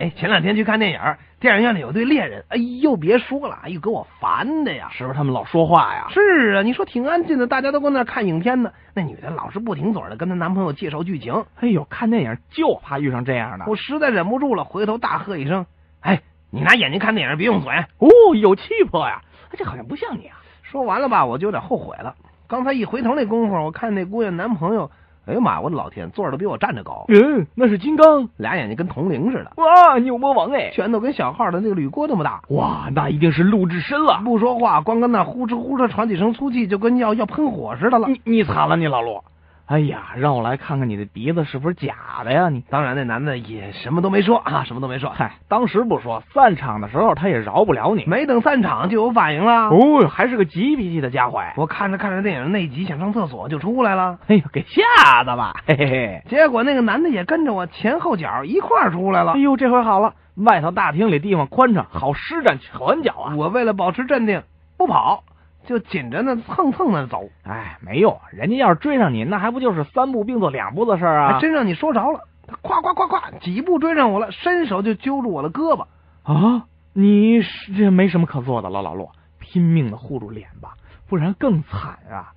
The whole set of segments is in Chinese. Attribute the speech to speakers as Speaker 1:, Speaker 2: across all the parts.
Speaker 1: 哎，前两天去看电影，电影院里有对猎人，哎呦，别说了，哎呦，给我烦的呀！
Speaker 2: 是不是他们老说话呀？
Speaker 1: 是啊，你说挺安静的，大家都搁那儿看影片呢，那女的老是不停嘴的跟她男朋友介绍剧情，
Speaker 2: 哎呦，看电影就怕遇上这样的。
Speaker 1: 我实在忍不住了，回头大喝一声：“哎，你拿眼睛看电影，别用嘴
Speaker 2: 哦，有气魄呀！哎这好像不像你啊。！”
Speaker 1: 说完了吧，我就有点后悔了。刚才一回头那功夫，我看那姑娘男朋友，哎呀妈，我的老天，坐着都比我站着高，
Speaker 2: 嗯，那是金刚。
Speaker 1: 俩眼睛跟铜铃似的，
Speaker 2: 哇，牛魔王哎！
Speaker 1: 拳头跟小号的那个铝锅那么大。
Speaker 2: 哇，那一定是陆志深了。
Speaker 1: 不说话，光跟那呼哧呼哧喘几声粗气，就跟要要喷火似的了。
Speaker 2: 你你惨了，你老陆。哎呀，让我来看看你的鼻子是不是假的呀？你
Speaker 1: 当然，那男的也什么都没说啊，什么都没说。
Speaker 2: 嗨，当时不说，散场的时候他也饶不了你。
Speaker 1: 没等散场就有反应了。
Speaker 2: 哦，还是个急脾气的家伙哎！
Speaker 1: 我看着看着电影那集，想上厕所就出来了。
Speaker 2: 哎呦，给吓的吧！嘿嘿嘿。
Speaker 1: 结果那个男的也跟着我前后脚一块儿出来了
Speaker 2: 哎。呦，这回好了，外头大厅里地方宽敞，好施展拳脚啊！
Speaker 1: 我为了保持镇定，不跑，就紧着那蹭蹭的走。
Speaker 2: 哎，没用，人家要是追上你，那还不就是三步并作两步的事儿
Speaker 1: 还
Speaker 2: 啊？
Speaker 1: 哎真让你说着了，他夸夸夸夸几步追上我了，伸手就揪住我的胳膊。
Speaker 2: 啊，你是这没什么可做的了，老陆，拼命的护住脸吧，不然更惨啊！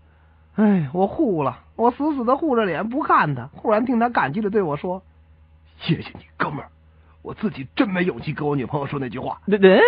Speaker 1: 哎，我护了，我死死的护着脸不看他。忽然听他感激的对我说：“谢谢你，哥们儿，我自己真没勇气跟我女朋友说那句话。”
Speaker 2: 对对。